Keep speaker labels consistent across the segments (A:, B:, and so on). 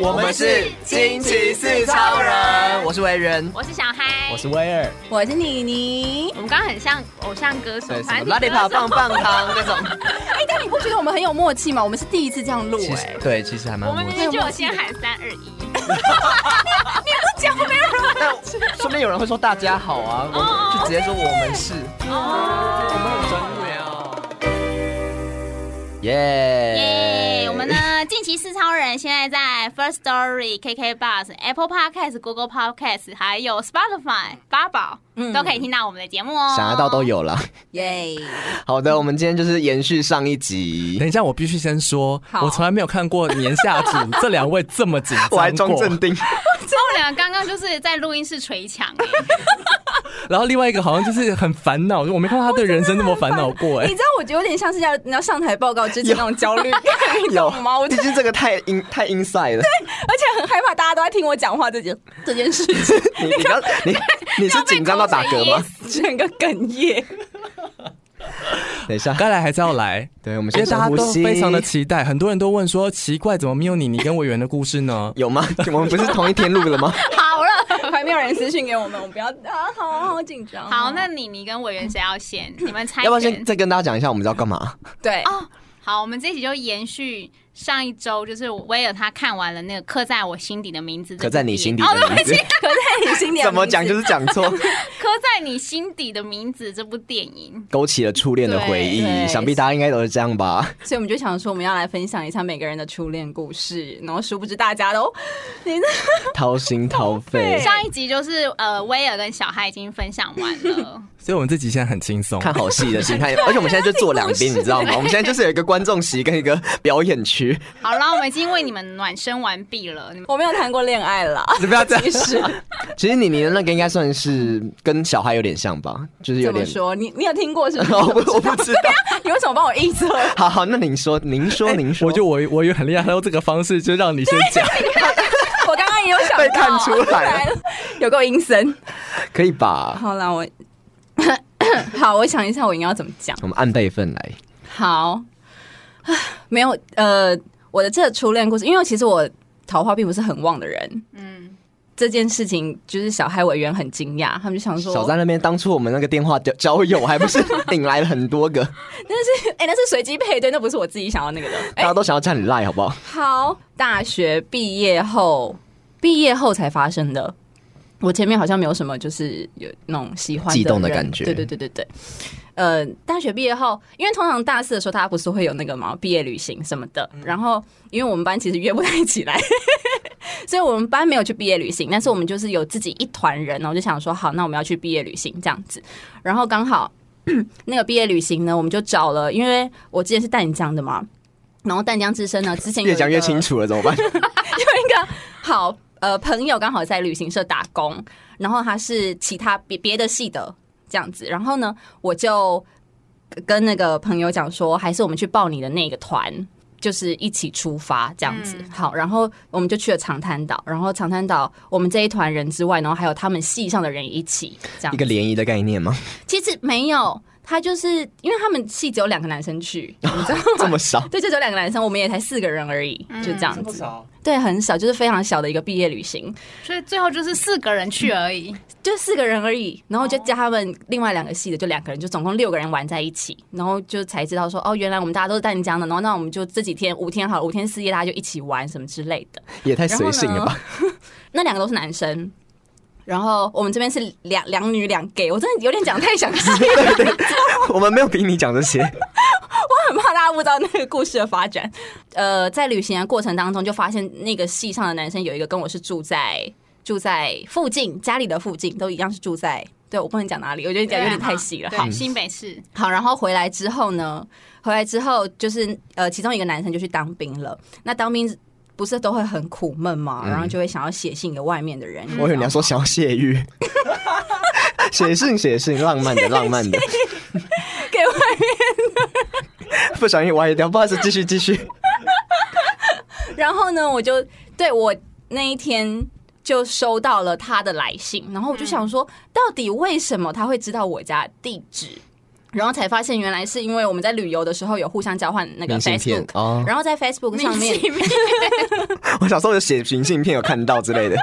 A: 我
B: 们是惊奇四超人，我是维人，
C: 我是小嗨，
A: 我是威尔，
D: 我是妮妮
C: 我。们刚刚很像偶像歌手
B: 对，，什
C: 反
B: 么
C: 正
B: 拉
C: 你
B: 力
C: 歌
B: 跑
C: 手
B: 棒棒糖那种，
D: 哎、但你不觉得我们很有默契吗？我们是第一次这样录、
B: 其
D: 哎
B: 实，对，其实还蛮
C: 我们
B: 默
C: 明
B: 契。
C: 明就有先喊三二一，
B: 但说不定有人会说大家好啊，我们就直接说我们是，我们很专业哦。耶
C: 耶！我们呢， 近期四超人现在在 First Story、KK Bus、Apple Podcast、Google Podcast，还有 Spotify、八宝，
D: 嗯
C: 都可以听到我们的节目哦。
B: 想得到都有了。
D: 耶、
B: 好的，我们今天就是延续上一集
A: 等，一下，我必须先说，
D: 好
A: 我从来没有看过年下组 这两位这么紧张
B: 我
A: 过，
B: 还装镇 定，
C: 他们俩刚刚就是在录音室捶墙， 哎
A: 然后另外一个好像就是很烦恼，我没看到他对人生这么烦恼过哎
D: 你。知道，我觉得有点像是要你要上台报告之前那种焦虑感，你
B: 有
D: 懂 吗？我就
B: 毕竟这个太 in 太 inside 了。
D: 而且很害怕大家都在听我讲话这件这件事情，
B: 你你刚你你是紧张到打嗝 吗？
D: 整个哽咽。
B: 等一下，
A: 该来还是要来，
B: 对，我们
A: 因
B: 先
A: 为
B: 深
A: 大家
B: 呼
A: 都
B: 吸
A: 非常的 期待，很多人都问说奇怪，怎么没有你？你跟委员的故事呢？
B: 有吗？我们不是同一天录的吗？
D: 好了，还没有人私信给我们，我们不要啊，好好紧张哦。
C: 好，那你你跟委员谁 要先？你们猜拳。
B: 要不要先再跟大家讲一下我们要干嘛？
D: 对，
C: 哦，好，我们这一集就延续上一周，就是威尔他看完了那个《刻在我心底的名字》这部
B: 刻在你心底
C: 电影哦，
B: 的
C: 对
B: 名
C: 不起
B: 字，
D: 可在你心里的
B: 怎么讲
D: 名
B: 就
D: 字
B: 是讲错，
C: 刻在你心底的名字这部电影，
B: 勾起了初恋的回忆，
D: 对
B: 想必大家应该都是这样吧？
D: 所以我们就想说，我们要来分享一下每个人的初恋故事，然后殊不知大家都，你那
B: 掏心掏肺，
C: 上一集就是呃，威尔跟小嗨已经分享完 了，
A: 所以我们这集现在很轻松，
B: 看好戏的心态，而且我们现在就坐两边，你知道吗？我们现在就是有一个观众席跟一个表演区，
C: 好，然后我们已经为你们暖身完毕了，你们
D: 我没有谈过恋爱啦。
B: 你不要这样
D: 其。实
B: 其实你你的那个应该算是跟小孩有点像吧，就是 有
D: 怎么
B: 点。
D: 说？你你有听过是不 是？
B: 我不我不知道，
D: 你为什么帮我预测？
B: 好好，那您说，您说，您说，
A: 我就我我有很厉害，他用这个方式就让你先讲，
D: 我刚刚也有想到
B: 被看出来
D: 了， 有够阴森。
B: 可以吧？
D: 好啦，我 好，我想一下，我应该要怎么讲。
B: 我们按辈分来，
D: 好， 唉没有呃，我的这个初恋故事，因为其实我桃花并不是很旺的人，
C: 嗯，
D: 这件事情就是小嗨委员很惊讶，他们就想说，
B: 小在那边当初我们那个电话交交友，还不是引来了很多个，
D: 哎、那是随机配对，那不是我自己想要那个的。
B: 大家都想要加你赖，好不好？
D: 好，大学毕业后，毕业后才发生的。我前面好像没有什么，就是有那种喜欢
B: 悸动的
D: 的人
B: 感觉
D: 对对对对对。呃，大学毕业后，因为通常大四的时候，大家不是会有那个嘛毕业旅行什么的。
B: 嗯
D: 然后，因为我们班其实约不太起来， 所以我们班没有去毕业旅行。但是我们就是有自己一团人，然后就想说，好，那我们要去毕业旅行这样子。然后刚好 那个毕业旅行呢，我们就找了，因为我之前是淡江的嘛，然后淡江之声呢，之前有
B: 越讲越
D: 一个
B: 清楚了，怎么办？
D: 有一个好呃朋友刚好在旅行社打工，然后他是其他别别的系的这样子，然后呢，我就跟那个朋友讲说，还是我们去报你的那个团。就是一起出发这样子，
C: 嗯
D: 好，然后我们就去了长滩岛，然后长滩岛我们这一团人之外，然后还有他们系上的人一起这样
B: 一个联谊的概念吗？？
D: 其实没有，他就是因为他们系只有两个男生去，你知道吗
B: 这么少，
D: 对，就只有两个男生，我们也才四个人而已，就这样
B: 嗯
D: 子。
A: 少，
D: 对，很小，就是非常小的一个毕业旅行，
C: 所以最后就是四个人去而已，
D: 就四个人而已。然后就加他们另外两个系的，就两个人，就总共六个人玩在一起。然后就才知道说，哦，原来我们大家都是淡江的。然后那我们就这几天五天好了，五天四夜大家就一起玩什么之类的。
B: 也太随性了吧？
D: 那两个都是男生。然后我们这边是两两女两 gay，我真的有点讲太详细了，
B: 我们没有逼你讲这些，
D: 很怕大家不知道那个故事的发展。呃，在旅行的过程当中，就发现那个系上的男生有一个跟我是住在住在附近，家里的附近都一样是住在。对我不能讲哪里，我觉得讲有点太细了。嗯
C: 对啊
D: 好，
C: 新北市，
D: 好，然后回来之后呢，回来之后就是呃，其中一个男生就去当兵了。那当兵不是都会很苦闷嘛，
B: 嗯
D: 然后就会想要写信给外面的人。
B: 我以为你要说想要泄欲，写信写信，浪漫的浪漫的，
D: 给外
B: 不小心歪掉，不好意思，继续继续。
D: 然后呢，我就对我那一天就收到了他的来信，然后我就想说，到底为什么他会知道我家地址？然后才发现原来是因为我们在旅游的时候有互相交换那个
E: 明信片
D: Facebook，、
E: 哦
D: 然后在 Facebook 上面，
E: 我小时候有写明信片，有看到之类的。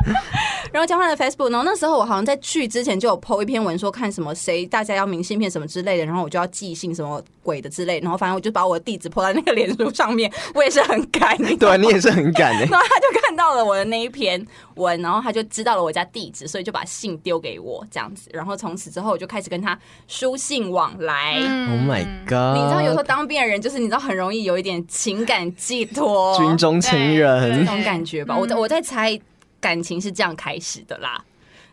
D: 然后交换了 Facebook，然后那时候我好像在去之前就有 PO 一篇文说看什么谁大家要明信片什么之类的，然后我就要寄信什么鬼的之类，然后反正我就把我的地址 PO 在那个脸书上面，我也是很感动。
E: 对啊，你也是很敢哎、
D: 然后他就看到了我的那一篇文，然后他就知道了我家地址，所以就把信丢给我这样子。然后从此之后，我就开始跟他书信往
E: o
D: 来。
E: h my god！
D: 你知道，有时候当兵的人就是你知道很容易有一点情感寄托，
E: 军中情人
C: 对
D: 那种感觉吧。我在我在猜，感情是这样开始的啦。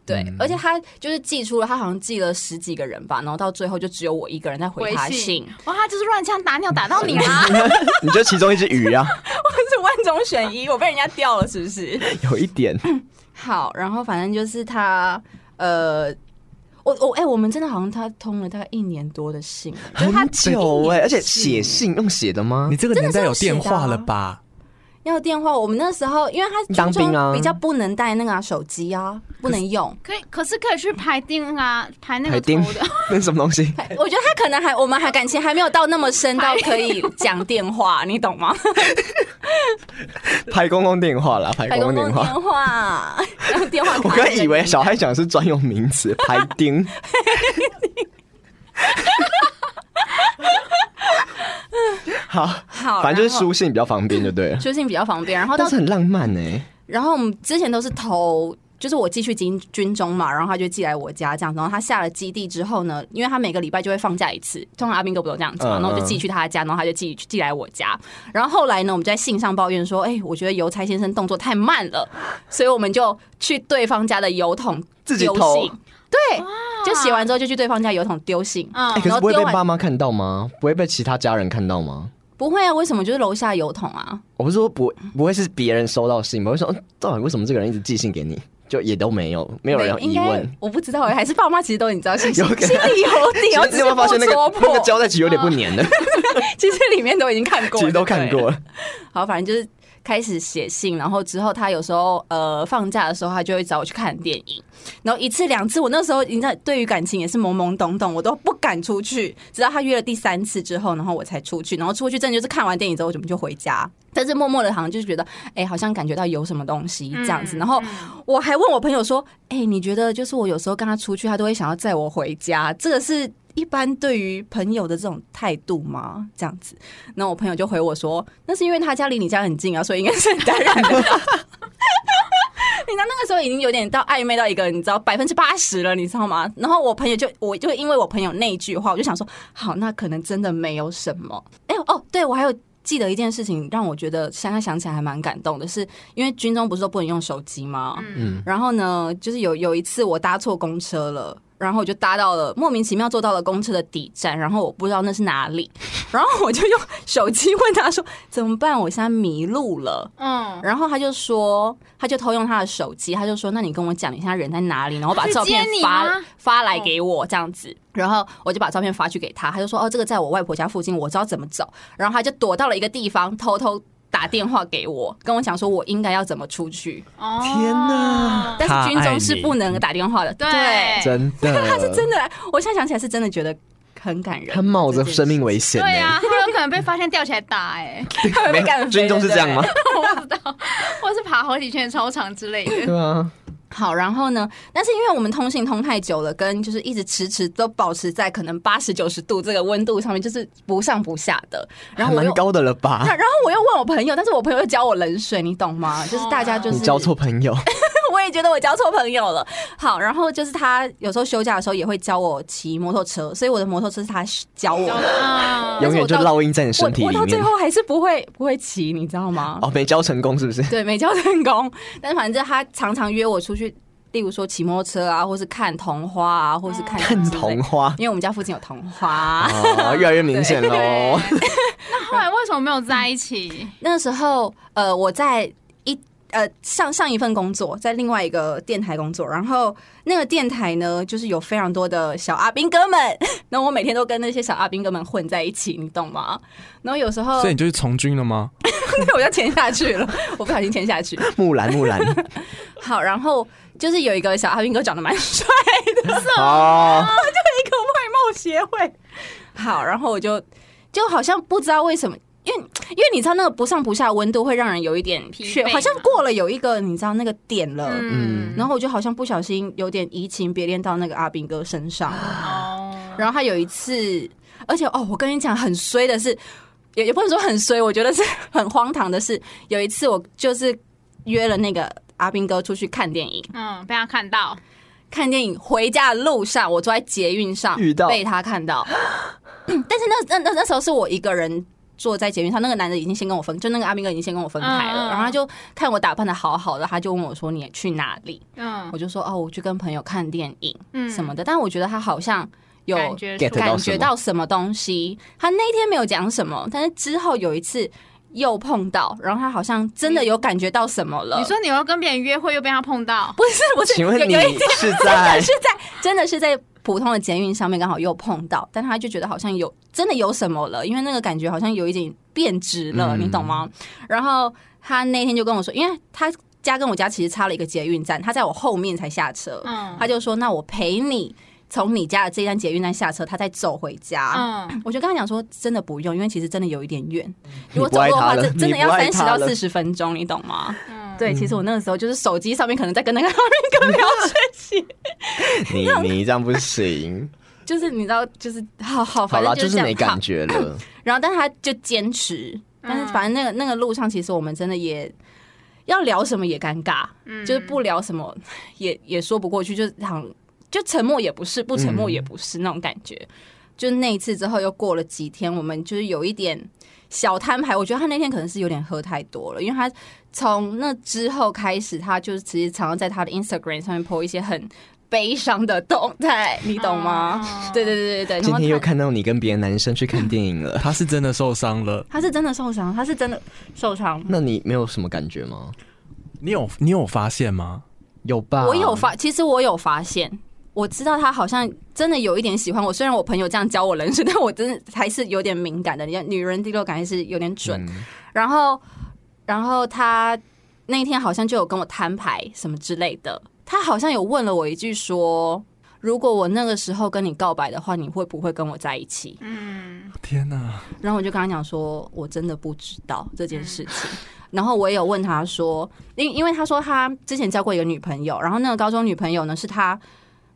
D: 对，
E: 嗯
D: 而且他就是寄出了，他好像寄了十几个人吧，然后到最后就只有我一个人在回嗯他信，
C: 哇，他就是乱枪打鸟打到你啊啦！
E: 你觉得其中一只鱼啊，
D: 是万中选一，我被人家掉了是不是？
E: 有一点
D: 好，然后反正就是他，呃，我我哎、我们真的好像他通了大概一年多 的信，就是他
E: 很久哎、
D: 一年
E: 而且写信用写的吗
A: 你？这个年代有电话了
D: 真的是有写啊
A: 吧？
D: 要电话，我们那时候因为他
E: 当兵啊
D: 军中比较不能带那个、啊、手 机啊，不能用。
C: 可以，可是可以去排定啊，排那
E: 海
C: 个
E: 丁
C: 头 的。
E: 那是什么东西？
D: 我觉得他可能还，我们还感情还没有到那么深到可以讲电话，你懂吗？
E: 拍公共电话啦，拍
D: 白
E: 公
D: 公
E: 共
D: 共
E: 电
D: 电
E: 话。
D: 话，然后电话卡
E: 我
D: 那个
E: 刚以为小孩讲的是专用名词，排丁。 好，
D: 好，
E: 反正就是
D: 然后
E: 书信比较方便，就对了。
D: 书信比较方便。然后到
E: 但是很浪漫哎、
D: 然后我们之前都是投，就是我寄去军军中嘛，然后他就寄来我家这样，然后他下了基地之后呢，因为他每个礼拜就会放假一次，通常阿兵哥不都这样子嘛，
E: 嗯
D: 然后我就寄去他家，然后他就寄寄来我家，然后后来呢，我们就在信上抱怨说，哎、我觉得邮差先生动作太慢了，所以我们就去对方家的邮筒
E: 自己
D: 丢
E: 投
D: 信，对，就写完之后就去对方家邮筒丢信，
C: 嗯
E: 哎、可
D: 然
E: 是
D: 后
E: 不会
D: 丢
E: 被
D: 完
E: 爸妈看到吗？不会被其他家人看到吗？
D: 不会啊，为什么就是楼下邮筒啊？
E: 我不是说不不会是别人收到信吧？我会说，嗯到底为什么这个人一直寄信给你？就也都没有，没有人有
D: 应
E: 疑
D: 该
E: 问。
D: 我不知道哎、还是爸妈其实都 你知道心心
E: 有
D: 里
E: 可能
D: 有底，然 后
E: 其实
D: 只是
E: 你有没有发现那个
D: 不戳破
E: 那个胶带其实有点不粘 的，
D: 其实里面都已经看过，
E: 其实都看
D: 对不对。
E: 过了。
D: 好，反正就是开始写信，然后之后他有时候呃放假的时候，他就会找我去看电影，然后一次两次，我那时候你知道，对于感情也是懵懵懂懂，我都不敢出去，直到他约了第三次之后，然后我才出去，然后出去真的就是看完电影之后，我们就回家。但是默默的，好像就是觉得，哎、好像感觉到有什么东西这样子。然后
C: 嗯
D: 我还问我朋友说，哎、你觉得就是我有时候跟他出去，他都会想要载我回家，这个是一般对于朋友的这种态度吗？这样子。然后我朋友就回我说：“那是因为他家离你家很近啊，所以应该是很当然的。”你知道那个时候已经有点到暧昧到一个你知道百分之八十了，你知道吗？然后我朋友就我就因为我朋友那一句话，我就想说，好，那可能真的没有什么。哎、哦，对我还有记得一件事情，让我觉得现在想起来还蛮感动的是，因为军中不是都不能用手机吗？
E: 嗯，
D: 然后呢，就是有有一次我搭错公车了。然后我就搭到了，莫名其妙坐到了公车的底站，然后我不知道那是哪里， 然后我就用手机问他说怎么办，我现在迷路了。
C: 嗯，
D: 然后他就说，他就偷用他的手机，他就说：“那你跟我讲一下人在哪里，然后把
C: 去
D: 照片
C: 接你
D: 发
C: 吗
D: 发来给我这样子。”然后我就把照片发去给他，他就说：“哦，这个在我外婆家附近，我知道怎么走。”然后他就躲到了一个地方，偷偷打电话给我，跟我讲说我应该要怎么出去。
C: 哦
E: 天哪
D: 但是军中是
A: 他爱你
D: 不
E: 嗯
D: 能打电话的，
C: 对
E: 真 的，他
D: 是真的。我现在想起来是真的觉得很感人，
E: 他冒着生命危险、欸。欸
C: 对啊，他有可能被发现吊起来打哎，
D: 他会
E: 没
D: 被干
E: 有，
D: 飞
E: 军中是这样吗？
D: 对不对
C: 我不知道，或是爬好几圈操场之类的。
E: 对啊，
D: 好，然后呢？但是因为我们通信通太久了，跟就是一直迟迟都保持在可能八十九十度这个温度上面，就是不上不下的。然
E: 还
D: 后我
E: 蛮
D: 又，
E: 高啊的了吧
D: 那？然后我又问我朋友，但是我朋友又教我冷水，你懂吗？就是大家就是
E: 你交错朋友，
D: 我也觉得我交错朋友了。好，然后就是他有时候休假的时候也会教我骑摩托车，所以我的摩托车是他教我的。
C: 嗯
E: 永远就烙印在你
D: 我
E: 身体
D: 我
E: 里
D: 到最
E: 面。
D: 后还是不会不会骑，你知道吗？
E: 哦，没交成功是不是？
D: 对，没交成功。但反正他常常约我出去，例如说骑摩托车啊，或是看桐花啊，或是看
E: 哦看
D: 之类
E: 童，话，
D: 因为我们家附近有桐花。
E: 哦，越来越明显哦喽。
C: 那后来为什么没有在一 起？
D: 那时候，呃，我在一呃上上一份工作，在另外一个电台工作，然后那个电台呢，就是有非常多的小阿兵哥们， 然后我每天都跟那些小阿兵哥们混在一起，你懂吗？然后有时候
A: 所以你就是从军了吗？
D: 我就潜下去了，我不小心潜下去。
E: 木兰，木 兰，
D: 好，然后就是有一个小阿兵哥长得蛮帅的。
E: 哦，
D: 一个外貌协会。泡，然后我就就好像不知道为什么。因为因为你知道那个不上不下的温度会让人有一点
C: 疲
D: 血，
C: 惫
D: 好像
C: 嘛
D: 过了有一个你知道那个点了，
C: 嗯，
D: 然后我就好像不小心有点移情别恋到那个阿兵哥身上，
C: 哦，
D: 然后他有一次，而且哦，我跟你讲很衰的是，也也不能说很衰，我觉得是很荒唐的是，有一次我就是约了那个阿兵哥出去看电影，
C: 嗯，被他看到，
D: 看电影回家的路上，我坐在捷运上
E: 遇到
D: 被他看到，嗯但是那那那那时候是我一个人。坐在捷运上，那个男的已经先跟我分，就那个阿兵哥已经先跟我分开
C: 嗯嗯
D: 了，
C: 嗯
D: 然后他就看我打扮的好好的，他就问我说：“你去哪里？”
C: 嗯
D: 我就说：“哦，我去跟朋友看电影。”
C: 嗯
D: 什么的，但我觉得他好像有
C: 感觉
B: get
C: 出
B: 到
D: 感
B: 什
D: 觉
B: 么
D: 到什么东西。他那天没有讲什么，但是之后有一次又碰到，然后他好像真的有感觉到什么了。
C: 你说你要跟别人约会又被他碰到，
D: 不是？不是，
E: 请问
D: 有
E: 你
D: 有一次
E: 是 在
D: 是在真的是在普通的捷运上面刚好又碰到，但他就觉得好像有真的有什么了，因为那个感觉好像有一点变质了，
B: 嗯
D: 你懂吗？然后他那天就跟我说，因为他家跟我家其实差了一个捷运站，他在我后面才下车，
C: 嗯
D: 他就说那我陪你从你家的这一站捷运站下车，他再走回家。
C: 嗯，
D: 我就跟他讲说，真的不用，因为其实真的有一点远。
E: 嗯你
D: 如果
E: 不
D: 走
E: 爱
D: 路的
E: 他
D: 话，
E: 了
D: 真真的要
E: 你不爱
D: 三十
E: 他
D: 到
E: 了
D: 四十分钟，你懂吗？
C: 嗯，
D: 对，其实我那个时候就是手机上面可能在跟那个 那 个聊
B: 你 你这样不行，
D: 就是你知道，就是好好，
B: 好
D: 哦反
B: 啦，就
D: 正
B: 是是
D: 这样
B: 没感。觉了。
D: 好然后，但是他就坚持，但是反正那个那个路上，其实我们真的也要聊什么也尴尬，就是不聊什么 也也说不过去，就是好像就沉默也不是，不沉默也不是那种感觉。就那一次之后，又过了几天，我们就是有一点小摊牌。我觉得他那天可能是有点喝太多了，因为他从那之后开始，他就是其实常常在他的 Instagram 上面 po 一些很悲伤的动态，你懂吗？
C: 哦
D: 对对对对对。
B: 今
D: 然后
B: 天又
D: 他
B: 看到你跟别的男生去看电影了，
A: 他是真的受伤了。
D: 他是真的受伤，他是真的受伤。
B: 那你没有什么感觉吗？
A: 你有你有发现吗？
B: 有吧？
D: 我有发，其实我有发现，我知道他好像真的有一点喜欢我。虽然我朋友这样教我冷水，但我真的还是有点敏感的。你看，女人第六感还是有点准。
B: 嗯
D: 然后，然后他那天好像就有跟我摊牌什么之类的，他好像有问了我一句说。如果我那个时候跟你告白的话，你会不会跟我在一起？
C: 嗯，
A: 天哪、
D: 然后我就跟他讲说，我真的不知道这件事情。
C: 嗯
D: 然后我也有问他说，因因为他说他之前交过一个女朋友，然后那个高中女朋友呢是他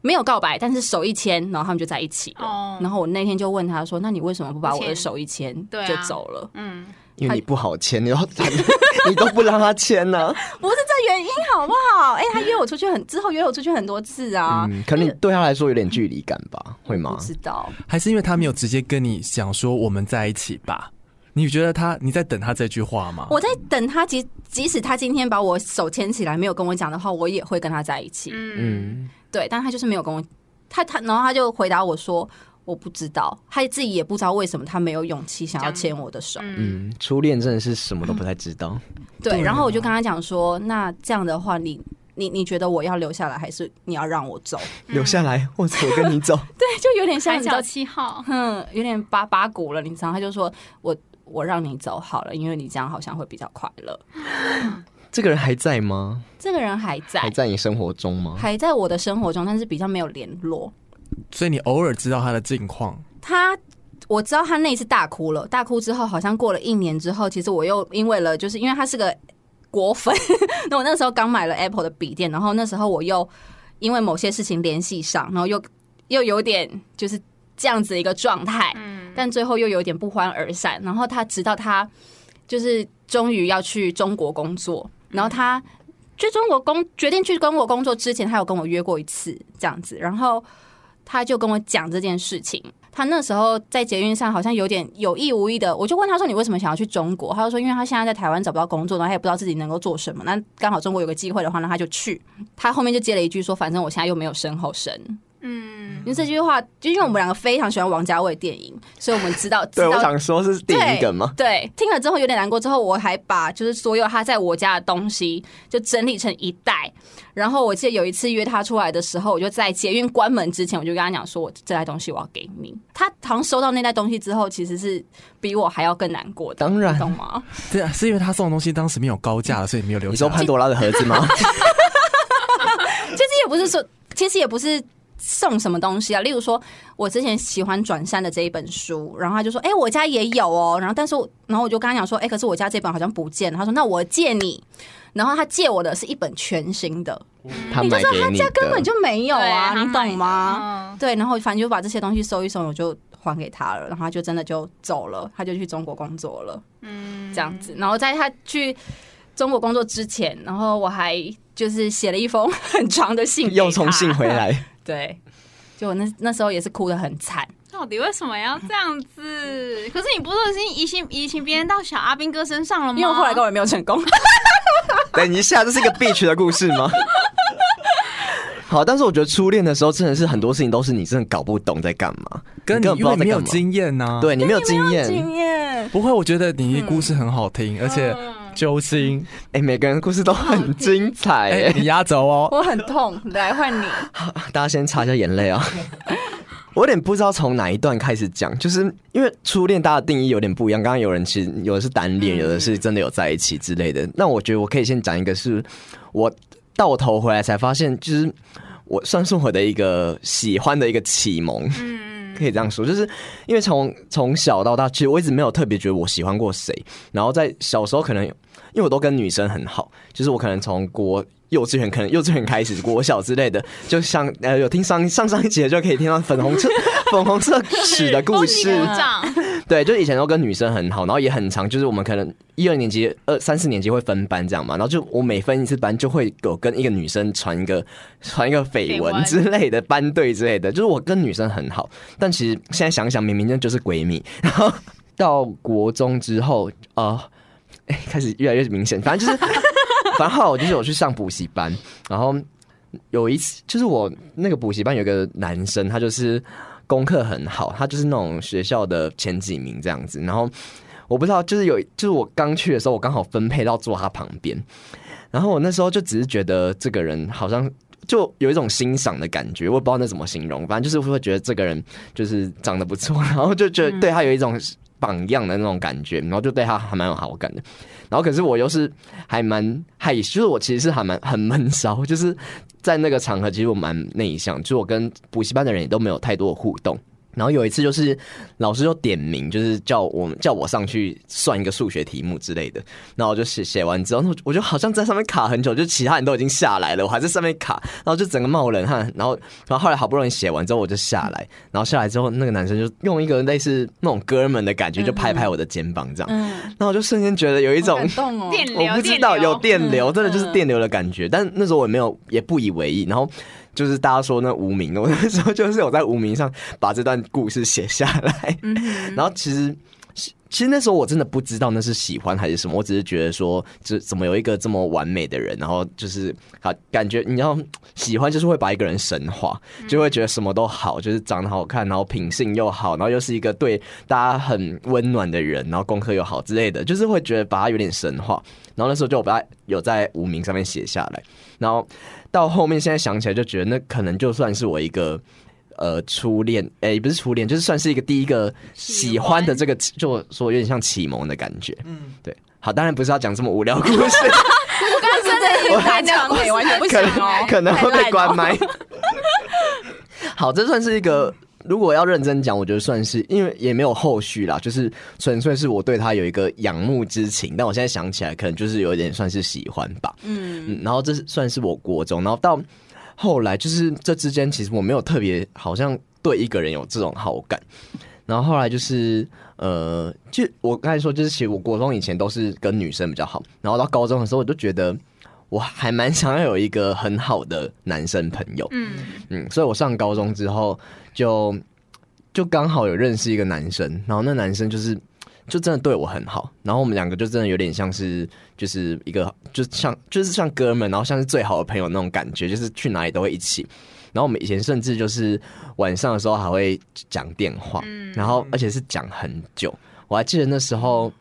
D: 没有告白，但是手一牵，然后他们就在一起了。
C: 哦，
D: 然后我那天就问他说，那你为什么不把我
C: 不
D: 的
C: 牵
D: 手一牵
C: 对啊
D: 就走了？
C: 嗯，
B: 因为你不好签，你都 你都不让他签啊 呢、
D: 不是这原因好不 好？哎、他约我出去很之后约我出去很多次啊，
B: 嗯，可能你对他来说有点距离感吧？会
D: 不
B: 吗？
D: 知道。
A: 还是因为他没有直接跟你讲说我们在一起吧？你觉得他你在等他这句话吗？
D: 我在等他，即即使他今天把我手牵起来没有跟我讲的话，我也会跟他在一起。
C: 嗯，
D: 对，但他就是没有跟我，他他，然后他就回答我说我不知道，他自己也不知道为什么他没有勇气想要牵我的手。
C: 嗯，
B: 嗯，初恋真的是什么都不太知道。
D: 嗯对，然后我就跟他讲说，那这样的话你。你你觉得我要留下来，还是你要让我走？
B: 留下来，或者我跟你走。
D: 对，就有点像
C: 海
D: 你知道
C: 角，七号，
D: 哼，有点八八股了，你知道？他就说我我让你走好了，因为你这样好像会比较快乐。
B: 这个人还在吗？
D: 这个人还在，
B: 还在你生活中吗？
D: 还在我的生活中，但是比较没有联络。
A: 所以你偶尔知道他的近况，
D: 他我知道他那一次大哭了，大哭之后好像过了一年之后，其实我又因为了，就是因为他是个果粉， 那我那时候刚买了 Apple 的笔电，然后那时候我又因为某些事情联系上，然后又又有点就是这样子一个状态，
C: 嗯，
D: 但最后又有点不欢而散。然后他直到他就是终于要去中国工作，然后他去中国工决定去中国工作之前，他有跟我约过一次这样子，然后他就跟我讲这件事情。他那时候在捷运上好像有点有意无意的，我就问他说：“你为什么想要去中国？”他就说：“因为他现在在台湾找不到工作，然后他也不知道自己能够做什么。那刚好中国有个机会的话，那他就去。”他后面就接了一句说：“反正我现在又没有身后身。”
C: 嗯
D: 因为这句话，就因为我们两个非常喜欢王家卫电影，所以我们知道知
B: 对，我
D: 道
B: 想说是电影梗吗？
D: 对，听了之后有点难过。之后我还把就是所有他在我家的东西就整理成一袋。然后我记得有一次约他出来的时候，我就在捷运关门之前，我就跟他讲说，我这袋东西我要给你。他好像收到那袋东西之后，其实是比我还要更难过的，
B: 当然
D: 你懂吗？
A: 对啊，是因为他送的东西当时没有高价了，所以没有留
B: 你
A: 下
B: 说
A: 来
B: 潘。多拉的盒子吗？
D: 其实也不是说，其实也不是送什么东西啊？例如说，我之前喜欢转山的这一本书，然后他就说：“哎、我家也有哦。”然后，但是我，然后我就跟他讲说：“哎、可是我家这本好像不见了。”他说：“那我借你。”然后他借我的是一本全新的，
B: 他买给你
D: 他
B: 的，
D: 根本就没有啊，
C: 对
D: 你懂吗？？
C: 他买的
D: 对，然后反正就把这些东西收一收，我就还给他了，然后他就真的就走了，他就去中国工作了，
C: 嗯，
D: 这样子。然后在他去中国工作之前，然后我还就是写了一封很长的信，
B: 又重新回。来。
D: 对，就我那那时候也是哭得很惨，
C: 嗯到底为什么要这样子？可是你不是已经移情移情别人到小阿兵哥身上了吗？
D: 因为我后来根本没有成功。
B: 等一下，这 是一个 bitch 的故事吗？好，但是我觉得初恋的时候，真的是很多事情都是你真的搞不懂在干嘛，
A: 跟
B: 你
A: 你
B: 根本不
A: 因
B: 知道在
A: 为你没有
B: 干嘛。
A: 经验啊呐、，
B: 对你没有经验，
D: 经验，
A: 不会，我觉得你的故事很好听，而且揪心。
B: 哎，每个人的故事都很精彩，
A: 哦哎、
B: 哎，
A: 你压轴哦，
D: 我很痛。来换你，
B: 大家先擦一下眼 泪啊。我有点不知道从哪一段开始讲，就是因为初恋大家的定义有点不一样。刚刚有人其实有的是单
A: 嗯
B: 恋，有的是真的有在一起之类的。那我觉得我可以先讲一个是，我到头回来才发现，就是我算是我的一个喜欢的一个启蒙。
C: 嗯，
B: 可以这样说，就是因为从从小到大，其实我一直没有特别觉得我喜欢过谁。然后在小时候，可能因为我都跟女生很好，就是我可能从国幼稚园，可能幼稚园开始，国小之类的，就像呃有听上上上一节就可以听到粉红色 粉红色曲的故事
C: 恭喜，鼓掌，
B: 对，就以前都跟女生很好，然后也很常，就是我们可能一二年级、二三四年级会分班这样嘛，然后就我每分一次班就会有跟一个女生传一个传一个绯
C: 绯
B: 闻
C: 闻
B: 之类的班队之类的，就是我跟女生很好，但其实现在想想，明明那就是闺蜜。 然后到国中之后，呃，哎、开始越来越明显，反正就是，反正后来我就是有去上补习班，然后有一次就是我那个补习班有个男生，他就是功课很好，他就是那种学校的前几名这样子。然后我不知道，就是有就是我刚去的时候，我刚好分配到坐他旁边，然后我那时候就只是觉得这个人好像。就有一种欣赏的感觉，我也不知道那怎么形容，反正就是会觉得这个人就是长得不错，然后就觉得对他有一种榜样的那种感觉，然后就对他还蛮有好感的。然后可是我又是还蛮害羞，就是我其实是还蛮很闷骚，就是在那个场合其实我蛮内向，就是我跟补习班的人也都没有太多的互动。然后有一次就是老师就点名，就是叫我们叫我上去算一个数学题目之类的。然后我就写写完之后，我就我就好像在上面卡很久，就其他人都已经下来了，我还在上面卡，然后就整个冒冷汗。然后然后后来好不容易写完之后，我就下来，然后下来之后那个男生就用一个类似那种哥们的感觉，就拍拍我的肩膀这样。
D: 嗯，
B: 那我就瞬间觉得有一
D: 一
B: 种
D: 动哦，
C: 电流，
B: 我不知道
C: 电流
B: 有电流，
D: 嗯
B: 真的就是电流的感觉。但那时候我也没有，也不以为意。然后就是大家说那无名，我那时候就是有在无名上把这段故事写下来。
C: 嗯
B: 然后其实。其实那时候我真的不知道那是喜欢还是什么，我只是觉得说，这怎么有一个这么完美的人，然后就是好感觉你要喜欢就是会把一个人神化，就会觉得什么都好，就是长得好看，然后品性又好，然后又是一个对大家很温暖的人，然后功课又好之类的，就是会觉得把他有点神化。然后那时候就有把它有在无名上面写下来，然后到后面现在想起来就觉得那可能就算是我一个呃初恋，哎、不是初恋，就是算是一个第一个喜欢的这个，就说有点像启蒙的感觉。嗯，对。好，当然不是要讲这么无聊的故事，
D: 我刚刚真的有在讲，哎完全不行
B: 可
D: 哦
B: 能，可能会
D: 太烂哦
B: 被
D: 了
B: 关麦。 好，这算是一个，如果要认真讲，我觉得算是，因为也没有后续啦，就是纯粹是我对他有一个仰慕之情，但我现在想起来，可能就是有点算是喜欢吧。嗯，然后这是算是我国中，然后到后来就是这之间，其实我没有特别好像对一个人有这种好感。然后后来就是呃，就我刚才说，就是其实我国中以前都是跟女生比较好，然后到高中的时候，我就觉得我还蛮想要有一个很好的男生朋友，
C: 嗯，
B: 嗯，所以我上高中之后就就刚好有认识一个男生，然后那男生就是就真的对我很好，然后我们两个就真的有点像是就是一个就像就是像哥们，然后像是最好的朋友那种感觉，就是去哪里都会一起。然后我们以前甚至就是晚上的时候还会讲电话，然后而且是讲很久。我还记得那时候，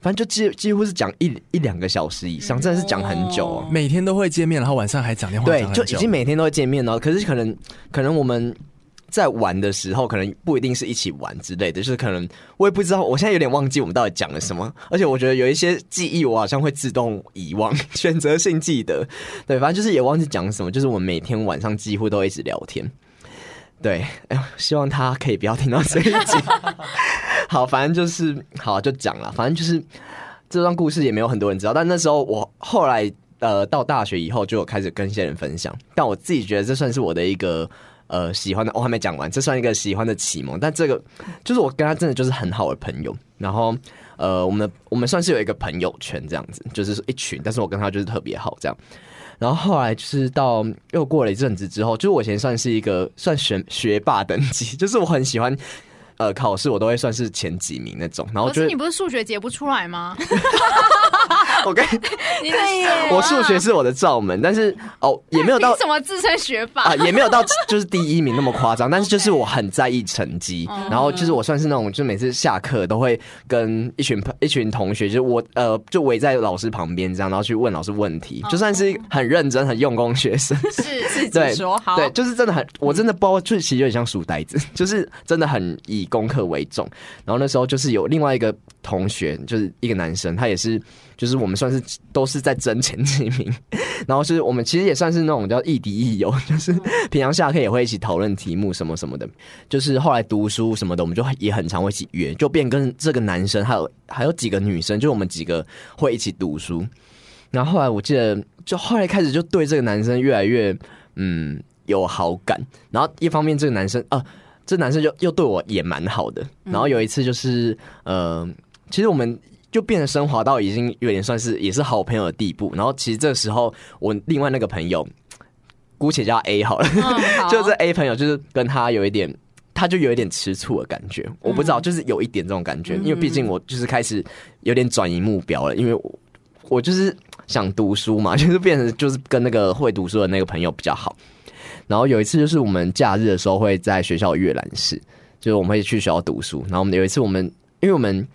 B: 反正就几几乎是讲一一两个小时以上，真的是讲很久哦。
A: 每天都会见面，然后晚上还讲电话，
B: 对
A: 讲，很
B: 就
A: 久
B: 已经每天都会见面了。可是可能可能我们在玩的时候，可能不一定是一起玩之类的，就是可能我也不知道，我现在有点忘记我们到底讲了什么。而且我觉得有一些记忆，我好像会自动遗忘， 选择性记得。对，反正就是也忘记讲什么，就是我们每天晚上几乎都一直聊天。对，哎呦，希望他可以不要听到这一集。 好，反正就是好就讲了，反正就是这段故事也没有很多人知道，但那时候我后来呃到大学以后就有开始跟一些人分享，但我自己觉得这算是我的一个。呃，喜欢的我、哦、还没讲完，这算一个喜欢的启蒙，但这个就是我跟他真的就是很好的朋友，然后呃，我们的我们算是有一个朋友圈这样子，就是一群，但是我跟他就是特别好这样。然后后来就是到又过了一阵子之后，就是我以前算是一个算学学霸等级，就是我很喜欢，呃，考试我都会算是前几名那种。然后
F: 可
B: 就是是
F: 你不是数学解不出来吗？
B: 我跟
F: 你对耶
B: 我数学是我的罩门，但是哦也没有到
F: 凭什么自称学霸？
B: 啊，也没有到就是第一名那么夸张，但是就是我很在意成绩，
F: 嗯
B: 然后就是我算是那种，就每次下课都会跟一群朋一群同学，就是我呃就围在老师旁边这样，然后去问老师问
F: 哦
B: 题，就算是很认真很用功学生，
F: 是
B: 对
D: 自己说好
B: 对，就是真的很，我真的包，就是其实有点像书呆子， 就是真的很以功课为重。然后那时候就是有另外一个同学，就是一个男生，他也是，就是我们算是都是在争前几名。 然后就是我们其实也算是那种叫亦敌亦友，就是平常下课也会一起讨论题目什么什么的。就是后来读书什么的，我们就也很常会一起约，就变跟这个男生还有还有几个女生，就我们几个会一起读书。然后后来我记得，就后来开始就对这个男生越来越嗯有好感。然后一方面这个男生啊，这男生就又对我也蛮好的。然后有一次就是呃，其实我们。就变得升华到已经有点算是也是好朋友的地步，然后其实这时候我另外那个朋友，姑且叫他 A 好了，
D: 嗯
B: 就这 A 朋友就是跟他有一点，他就有一点吃醋的感觉，我不知道，就是有一点这种感觉，因为毕竟我就是开始有点转移目标了，因为我我就是想读书嘛， 就是变成就是跟那个会读书的那个朋友比较好。然后有一次就是我们假日的时候会在学校的阅览室，就是我们会去学校读书，然后我们有一次我们因为我们。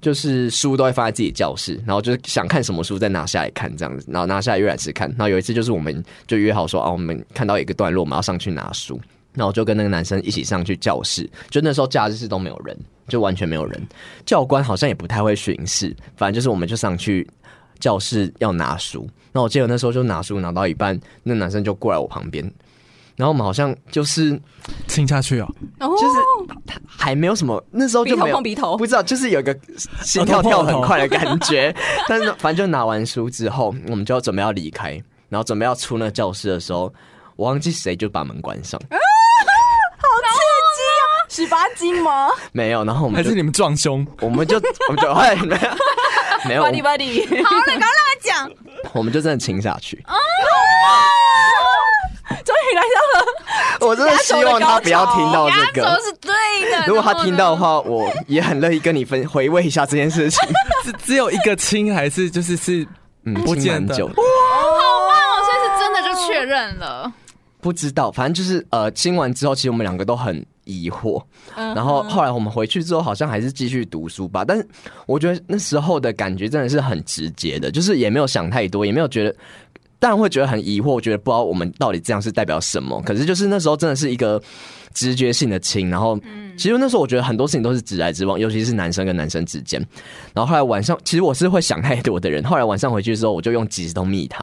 B: 就是书都会放在自己教室，然后就是想看什么书再拿下来看这样子，然后拿下来阅览室看。然后有一次就是我们就约好说，啊，我们看到一个段落，我们要上去拿书，然后我就跟那个男生一起上去教室。就那时候假日是都没有人，就完全没有人，教官好像也不太会巡视，反正就是我们就上去教室要拿书。那我记得那时候就拿书拿到一半，那男生就过来我旁边，然后我们好像就是
A: 亲下去哦，
D: 哦
B: 就是他还没有什么，那时候就没有
D: 鼻头碰鼻头
B: 不知道就是有一个心跳跳很快的感觉。但是反正就拿完书之后，我们就要准备要离开，然后准备要出那个教室的时候，我忘记谁就把门关上，
D: 十八斤吗
B: 没有，然后我们
A: 还
B: 就是
A: 你们撞胸？
B: 我们就我们就哎没有没哎有，我
D: ？Buddy
B: 们
D: Buddy，
C: 好了，赶快让他讲。
B: 我们就真的亲下去。
D: 终于来到了
B: 我真的希望他不要听到
F: 压
B: 哦这
F: 轴
B: 个。
F: 是对的。
B: 如果他听到
F: 然
B: 的
F: 后呢，
B: 话，我也很乐意跟你分回味一下这件事情。
A: 只 只有一个亲，还是就是是
B: 嗯，
A: 不
B: 亲
A: 见
B: 蛮
A: 得
B: 久的。
F: 哦，所以是真的就确认了。
B: 不知道，反正就是呃，亲完之后，其实我们两个都很疑惑。然后后来我们回去之后，好像还是继续读书吧。但是我觉得那时候的感觉真的是很直接的，就是也没有想太多，也没有觉得，当然会觉得很疑惑，我觉得不知道我们到底这样是代表什么。可是就是那时候真的是一个直觉性的亲，然后其实那时候我觉得很多事情都是直来直往，尤其是男生跟男生之间。然后后来晚上，其实我是会想太多的人。后来晚上回去之后，我就用即时通密他，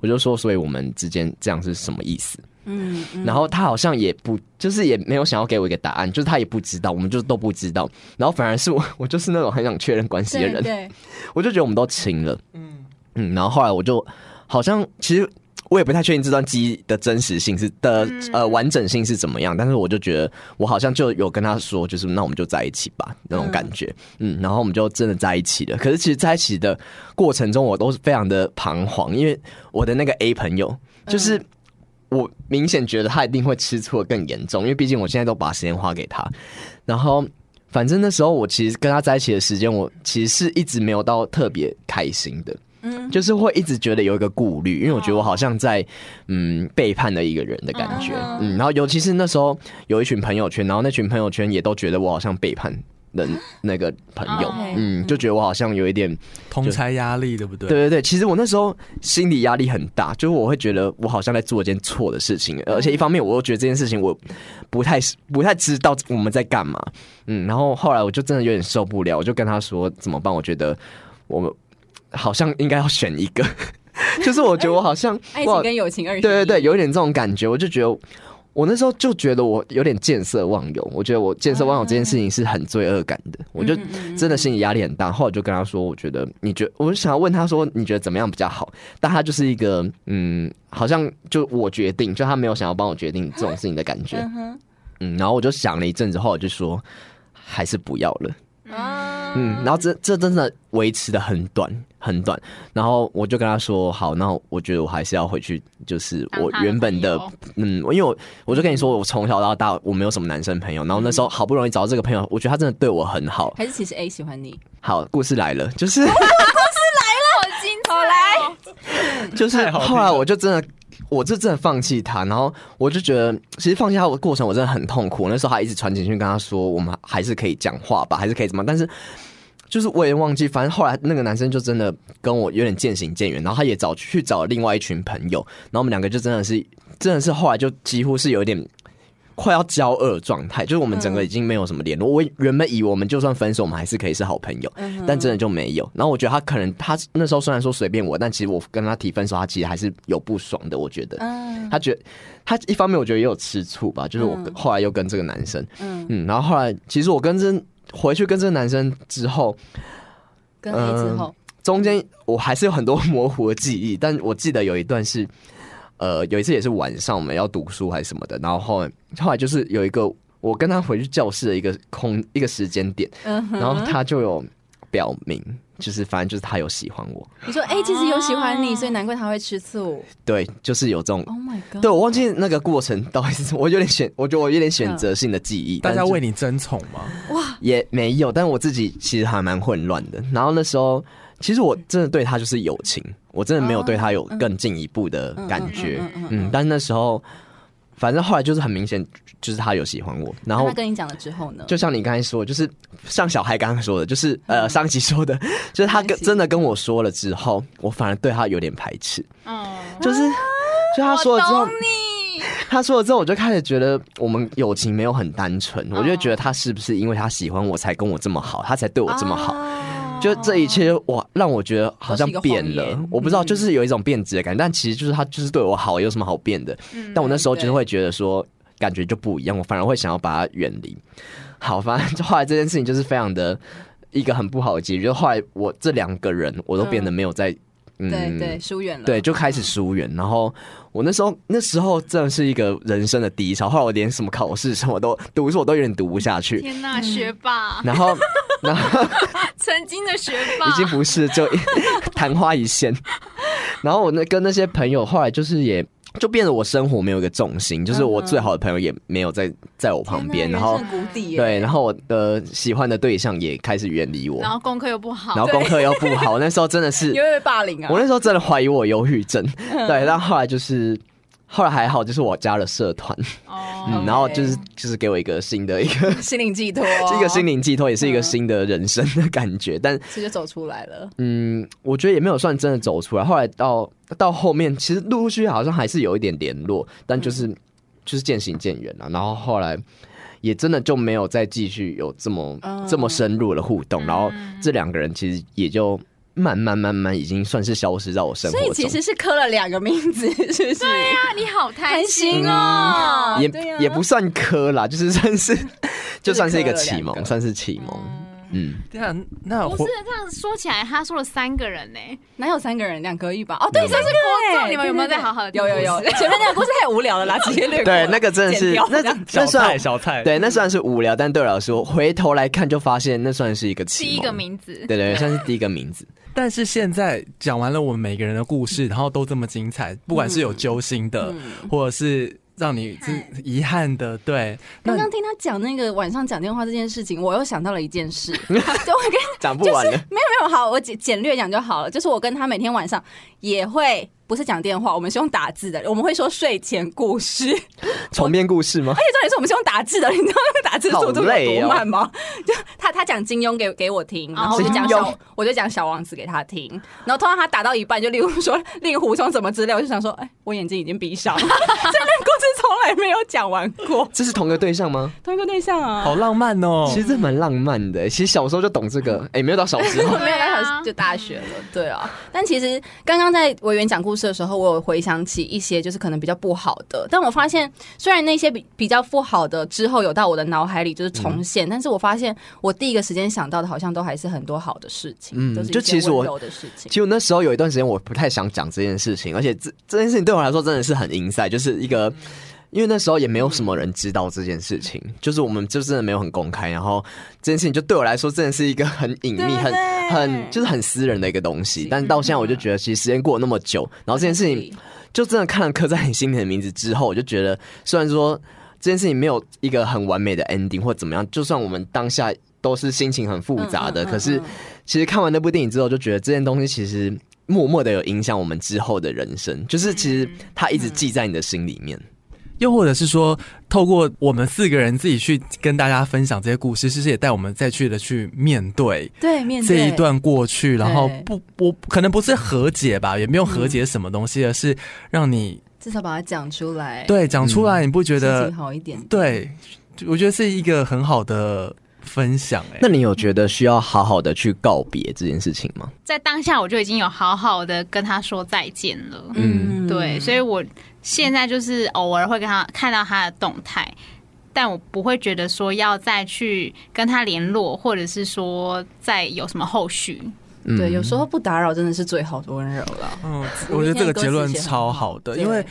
B: 我就说，所以我们之间这样是什么意思？
D: 嗯，嗯
B: 然后他好像也不，就是也没有想要给我一个答案，就是他也不知道，我们就都不知道。然后反而是我，我就是那种很想确认关系的人，
D: 对，
B: 我就觉得我们都亲了，嗯嗯。然后后来我就好像其实我也不太确定这段记忆的真实性是的、
D: 嗯
B: 呃完整性是怎么样，但是我就觉得我好像就有跟他说，就是那我们就在一起吧那种感觉，嗯。然后我们就真的在一起了。可是其实在一起的过程中，我都是非常的彷徨，因为我的那个 A 朋友就是。我明显觉得他一定会吃醋的更严重，因为毕竟我现在都把时间花给他。然后，反正那时候我其实跟他在一起的时间，我其实是一直没有到特别开心的，嗯，就是会一直觉得有一个顾虑，因为我觉得我好像在嗯背叛了一个人的感觉，嗯，然后尤其是那时候有一群朋友圈，然后那群朋友圈也都觉得我好像背叛了那个朋友
F: 哦，
B: 嗯，就觉得我好像有一点。
A: 同才压力对不对？
B: 对对对，其实我那时候心理压力很大，就是我会觉得我好像在做一件错的事情，而且
D: 嗯
B: 一方面我又觉得这件事情我不太不太知道我们在干嘛，嗯，然后后来我就真的有点受不了，我就跟他说怎么办？我觉得我们好像应该要选一 个，就是我觉得我好像
D: 爱
B: 我好
D: 情跟友情二选一
B: 对对对，有一点这种感觉，我就觉得我那时候就觉得我有点见色忘友，我觉得我见色忘友这件事情是很罪恶感的，我就真的心理压力很大。后来我就跟他说，我觉得你觉我就想要问他说，你觉得怎么样比较好？但他就是一个嗯，好像就我决定，就他没有想要帮我决定这种事情的感觉。嗯，然后我就想了一阵子，后来我就说还是不要了。
F: 哦
D: 啊
B: 嗯，然后这这真的维持的很短很短，然后我就跟他说，好，那我觉得我还是要回去，就是我原本的
C: 当他的，
F: 哦
B: 嗯，因为我我就跟你说，我从小到大我没有什么男生朋友，然后那时候好不容易找到这个朋友，我觉得他真的对我很好。
D: 还是其实 A 喜欢你，
B: 好，故事来了，就是
F: 好精彩哦，
B: 就是后来我就真的。我就真的放弃他，然后我就觉得，其实放弃他的过程我真的很痛苦。我那时候还一直传简讯跟他说，我们还是可以讲话吧，还是可以怎么样？但是就是我也忘记，反正后来那个男生就真的跟我有点渐行渐远，然后他也找去找另外一群朋友，然后我们两个就真的是真的是后来就几乎是有点 快要交恶状态，就是我们整个已经没有什么联络。我原本以为我们就算分手，我们还是可以是好朋友，
D: 嗯
B: 但真的就没有。然后我觉得他可能他那时候虽然说随便我，但其实我跟他提分手，他其实还是有不爽的。我觉
D: 嗯
B: 得，他觉得他一方面我觉得也有吃醋吧，就是我后来又跟这个男生，嗯然后后来其实我跟这回去跟这个男生之后，
D: 跟 A 之后，
B: 中间我还是有很多模糊的记忆，但我记得有一段是，呃，有一次也是晚上我们要读书还是什么的，然后后来后来就是有一个我跟他回去教室的一个空一个时间点，然后他就有表明，就是反正就是他有喜欢我，
D: 你说 A 其实有喜欢你，所以难怪他会吃醋。
B: 对，就是有这种。
D: Oh my god！
B: 对，我忘记那个过程到底是什么，我有点选，我觉得我有点选择性的记忆。
A: 大
B: 但
A: 家
B: 是
A: 为你争宠吗？
B: 也没有，但我自己其实还蛮混乱的。然后那时候，其实我真的对他就是友情，我真的没有对他有更进一步的感觉。嗯，但那时候，反正后来就是很明显，就是他有喜欢我。然
D: 那
B: 后
D: 他跟你讲了之后呢？
B: 就像你刚才说，就是像小孩刚刚说的，就是呃上集说的， 就是他跟
D: 上集
B: 真的跟我说了之后，我反而对他有点排斥。
C: 嗯，
B: 就是，就他说
F: 我
B: 了之后
F: 懂，你，
B: 他说了之后，我就开始觉得我们友情没有很单纯，我就觉
D: 哦
B: 得他是不是因为他喜欢我才跟我这么好，他才对我这么好。就这一切，我让我觉得好像变
D: 哦都是一个
B: 了
D: 谎言，嗯
B: 我不知道，就是有一种变质的感觉。但其实就是他就是对我好，有什么好变的？
D: 嗯
B: 但我那时候就是会觉得说，感觉就不一样，我反而会想要把他远离。好，反正就后来这件事情就是非常的一个很不好的结局。就后来我这两个人，我都变得没有在，嗯，
D: 对对，疏远了。
B: 对，就开始疏远。然后我那时候那时候真的是一个人生的低潮，后来我连什么考试什么都读书我都有点读不下去。
F: 天哪，学霸，
B: 然后，然后
F: 曾经的学霸，
B: 已经不是就 昙花一现。然后我那跟那些朋友后来就是也就变得我生活没有一个重心，就是我
F: 嗯
B: 最好的朋友也没有在在我旁边，然后
D: 谷底耶
B: 对，然后我的喜欢的对象也开始远离我，
F: 然后功课又不好，
B: 然后功课又不好，那时候真的 是
D: 你会被霸凌啊
B: 我！那时候真的怀疑我有忧郁 症，对，但后来就是后来还好，就是我加了社团，
F: 哦，
B: 嗯，然后就是就是给我一个新的一个
D: 心灵寄托，
B: 一个心灵寄托，也是一个新的人生的感觉，但
D: 这就走出来了。
B: 嗯，我觉得也没有算真的走出来。后来到到后面，其实陆陆续续好像还是有一点联络，但就是、
D: 嗯
B: 就是渐行渐远啊了、然后后来也真的就没有再继续有这么、
D: 嗯
B: 这么深入的互动。然后这两个人其实也就慢慢慢慢已经算是消失在我生活
D: 所
B: 中。
D: 以其实是刻了两个名字， 是不是？
F: 啊，你好贪
D: 贪
F: 心
B: 嗯
D: 心
F: 哦，
D: 哦，
B: 也、
D: 对啊
B: 也不算磕啦， 就是算 是就算是一个
D: 就是磕了
B: 启
D: 两
B: 蒙，
D: 个
B: 算是启蒙。嗯，
A: 对啊，那
F: 不
A: 会
F: 是这样说起来，他说了三个人呢，
D: 哪有三个人，两个一吧？哦，对，三个
F: 国中
D: 人，
F: 你们有没有在好好地听
D: 有有有， 前面那个故事太无聊了啦，直接略过。
B: 对，那个真的
D: 剪
B: 是
D: 掉
B: 那
D: 这样
B: 那
A: 小
B: 算
A: 菜小菜，
B: 嗯对，那算是无聊，但对我来说，回头来看就发现那算是一个启蒙
F: 第一个名字，
B: 对对对，算是第一个 名字。
A: 但是现在讲完了我们每个人的故事，然后都这么精彩，不管是
D: 嗯
A: 有揪心的，或者是让你是遗憾的，对，那
D: 刚刚听他讲那个晚上讲电话这件事情，我又想到了一 件事，就我跟
B: 讲不完了，
D: 没有没有好，我简简略讲就好了。就是我跟他每天晚上也会不是讲电话，我们是用打字的，我们会说睡前故事，而
B: 重编故事
F: 哎
B: 吗？
D: 且重点是我们是用打字的， 你知道那个打字速度
B: 好累哦
D: 有多慢吗？就他他讲金庸给给我听，然后我就讲
B: 金庸
D: 小我就讲小王子给他听，然后通常他打到一半，就例如说令狐冲怎么之类，我就想说，哎，我眼睛已经闭上了， 所以那个故事从来没有讲完过。
B: 这是同个对象吗？
D: 同一个对象啊，，
A: 好浪漫哦、
B: 其实这蛮浪漫的。其实小时候就懂这个，哎，没有到小时候
D: 没有，但还
A: 啊
D: 有就大学了，对啊。但其实刚刚在委员讲故事的时候，我有回想起一些就是可能比较不好的，但我发现虽然那些比比较不好的之后有到我的脑海里就是重
A: 嗯
D: 现，但是我发现我第一个时间想到的好像都还是很多好的事情，
B: 嗯
D: 都是一
B: 就
D: 些
B: 其实我
D: 温柔的事情
B: 其。实我那时候有一段时间我不太想讲这件事情，而且这这件事情对我来说真的是很阴塞，就是一个。因为那时候也没有什么人知道这件事情，就是我们就真的没有很公开，然后这件事情就对我来说真的是一个很隐秘、很很就是很私人的一个东
D: 嗯
B: 西。但到现在我就觉得，其实时间过了那么久，然后这件事情就真的看了刻在你心里的名字之后，我就觉得，虽然说这件事情没有一个很完美的 ending 或怎么样，就算我们当下都是心情很复杂的，
D: 嗯嗯嗯
B: 可是其实看完那部电影之后，就觉得这件东西其实默默的有影响我们之后的人生，就是其实它一直记在你的心里面。
A: 又或者是说，透过我们四个人自己去跟大家分享这些故事，其实也带我们再去的去面对
D: 对面
A: 这
D: 对
A: 一段过去，然后
D: 对
A: 不，我可能不是和解吧，也没有和解什么东西，而是让你
D: 至少把它讲出来，，
A: 对讲出来，你不觉
D: 心
A: 得
D: 嗯情好一点。
A: 对？我觉得是一个很好的分享、欸，
B: 那你有觉得需要好好的去告别这件事情吗？
C: 在当下我就已经有好好的跟他说再见了。
B: 嗯
C: 对，所以我现在就是偶尔会跟他看到他的动态，但我不会觉得说要再去跟他联络，或者是说再有什么后续。
D: 对，有时候不打扰真的是最好的温柔了。
A: 嗯，
D: 我
A: 我
D: 那
A: 觉得这
D: 天
A: 个
D: 歌
A: 结
D: 词
A: 论
D: 写很
A: 超
D: 好
A: 好的，
D: 对
A: 因为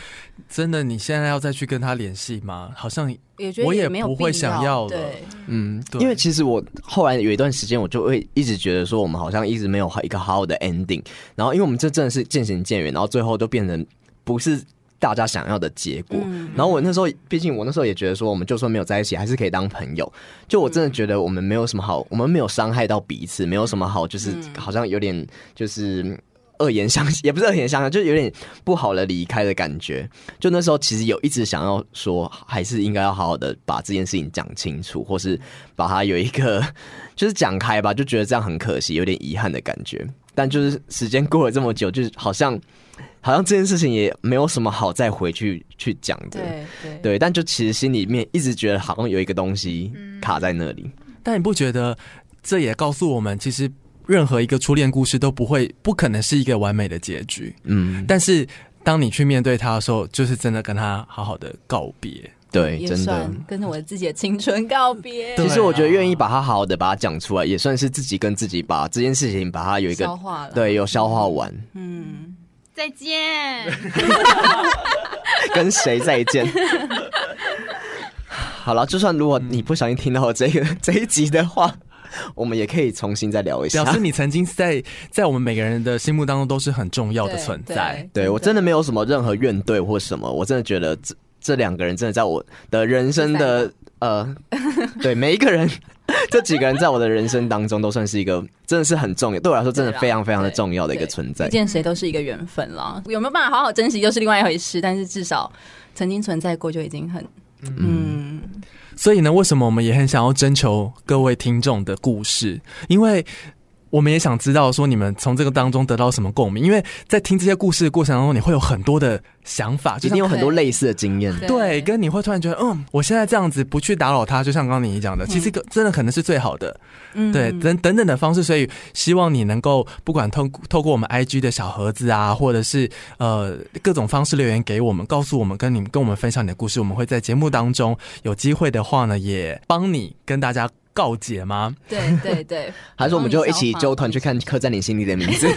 A: 真的你现在要再去跟他联系吗？好像
D: 也觉得
A: 我也
D: 没有
A: 不会
D: 必
A: 想要了
D: 对，
B: 嗯，
A: 对
B: 因为其实我后来有一段时间，我就会一直觉得说，我们好像一直没有一个好好的 ending。然后，因为我们这真的是渐行渐远，然后最后都变成不是大家想要的结果。
D: 嗯
B: 然后我那时候，毕竟我那时候也觉得说，我们就算没有在一起，还是可以当朋友。就我真的觉得我们没有什么好，我们没有伤害到彼此，没有什么好，就是好像有点就是。恶言相 也不是恶言相向，就是有点不好的离开的感觉。就那时候其实有一直想要说，还是应该要好好的把这件事情讲清楚，或是把它有一个就是讲开吧，就觉得这样很可惜，有点遗憾的感觉。但就是时间过了这么久，就是好像好像这件事情也没有什么好再回去去讲的。
D: 对对
B: 对，但就其实心里面一直觉得好像有一个东西卡在那里。
A: 但你不觉得这也告诉我们，其实任何一个初恋故事都不会，不可能是一个完美的结局。
B: 嗯，
A: 但是当你去面对他的时候，就是真的跟他好好的告别。
B: 对，
D: 也
B: 真的
D: 算。跟着我自己的青春告别，
A: 对
B: 其实我觉得
A: 啊
B: 愿意把它好好的把它讲出来，也算是自己跟自己把这件事情把它有一
D: 消
B: 个
D: 化了。，
B: 对有消化完，
D: 嗯，
C: 再 见。
B: 跟谁再见。 好了，就算如果你不小心听到这个 这一集的话，我们也可以重新再聊一下
A: 表。示你曾经在在我们每个人的心目当中都是很重要的
D: 对
A: 存在。。
B: 对我真的没有什么任何怨怼或什么，我真的觉得这这两个人真的在我的人生的呃，对每一个人这几个人在我的人生当中都算是一个真的是很重要，对我来说真的
D: 对啦
B: 非常非常的
D: 对
B: 重要的一个
D: 对
B: 存在
D: 遇。见谁都是一个缘分啦，有没有办法好好珍惜又是另外一回事。但是至少曾经存在过就已经很，嗯，
A: 所以呢，为什么我们也很想要征求各位听众的故事？因为我们也想知道说你们从这个当中得到什么共鸣，因为在听这些故事的过程当中，你会有很多的想法，就
B: 一
A: 像
B: 定有很多类似的经验，
A: 对，跟你会突然觉得，嗯，我现在这样子不去打扰他，就像刚刚你
B: 嗯
A: 讲的，其实个真的可能是最好的，
D: 嗯
A: 对，等等等的方式，所以希望你能够不管透透过我们 IG 的小盒子啊，或者是呃各种方式留言给我们，告诉我们跟你跟我们分享你的故事，我们会在节目当中有机会的话呢，也帮你跟大家告解吗？
D: 对对对，
B: 还是我们就一起
D: 帮你消化
B: 揪团去看《刻在你心里的名字》，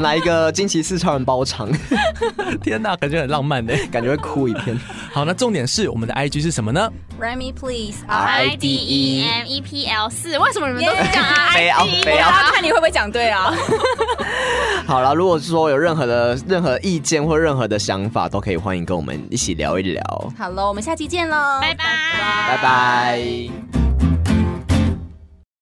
B: 来一个惊奇四川人包场，
A: 天哪，感觉很浪漫的。
B: 感觉会哭一片。
A: 好，那重点是我们的 IG 是什么呢？
D: Ride me please，啊，
B: R
C: I
B: I
C: D
B: D
C: E
B: E
C: M E P L 四，为什么你们都是讲
B: 非
C: I
B: 要
C: D
B: 非要
C: 啊？
D: 看你会不会讲对啊？
B: 好了，如果说有任何的任何意见或任何的想法，都可以欢迎跟我们一起聊一聊。
D: 好喽，我们下期见喽，
C: 拜拜。
B: 拜拜。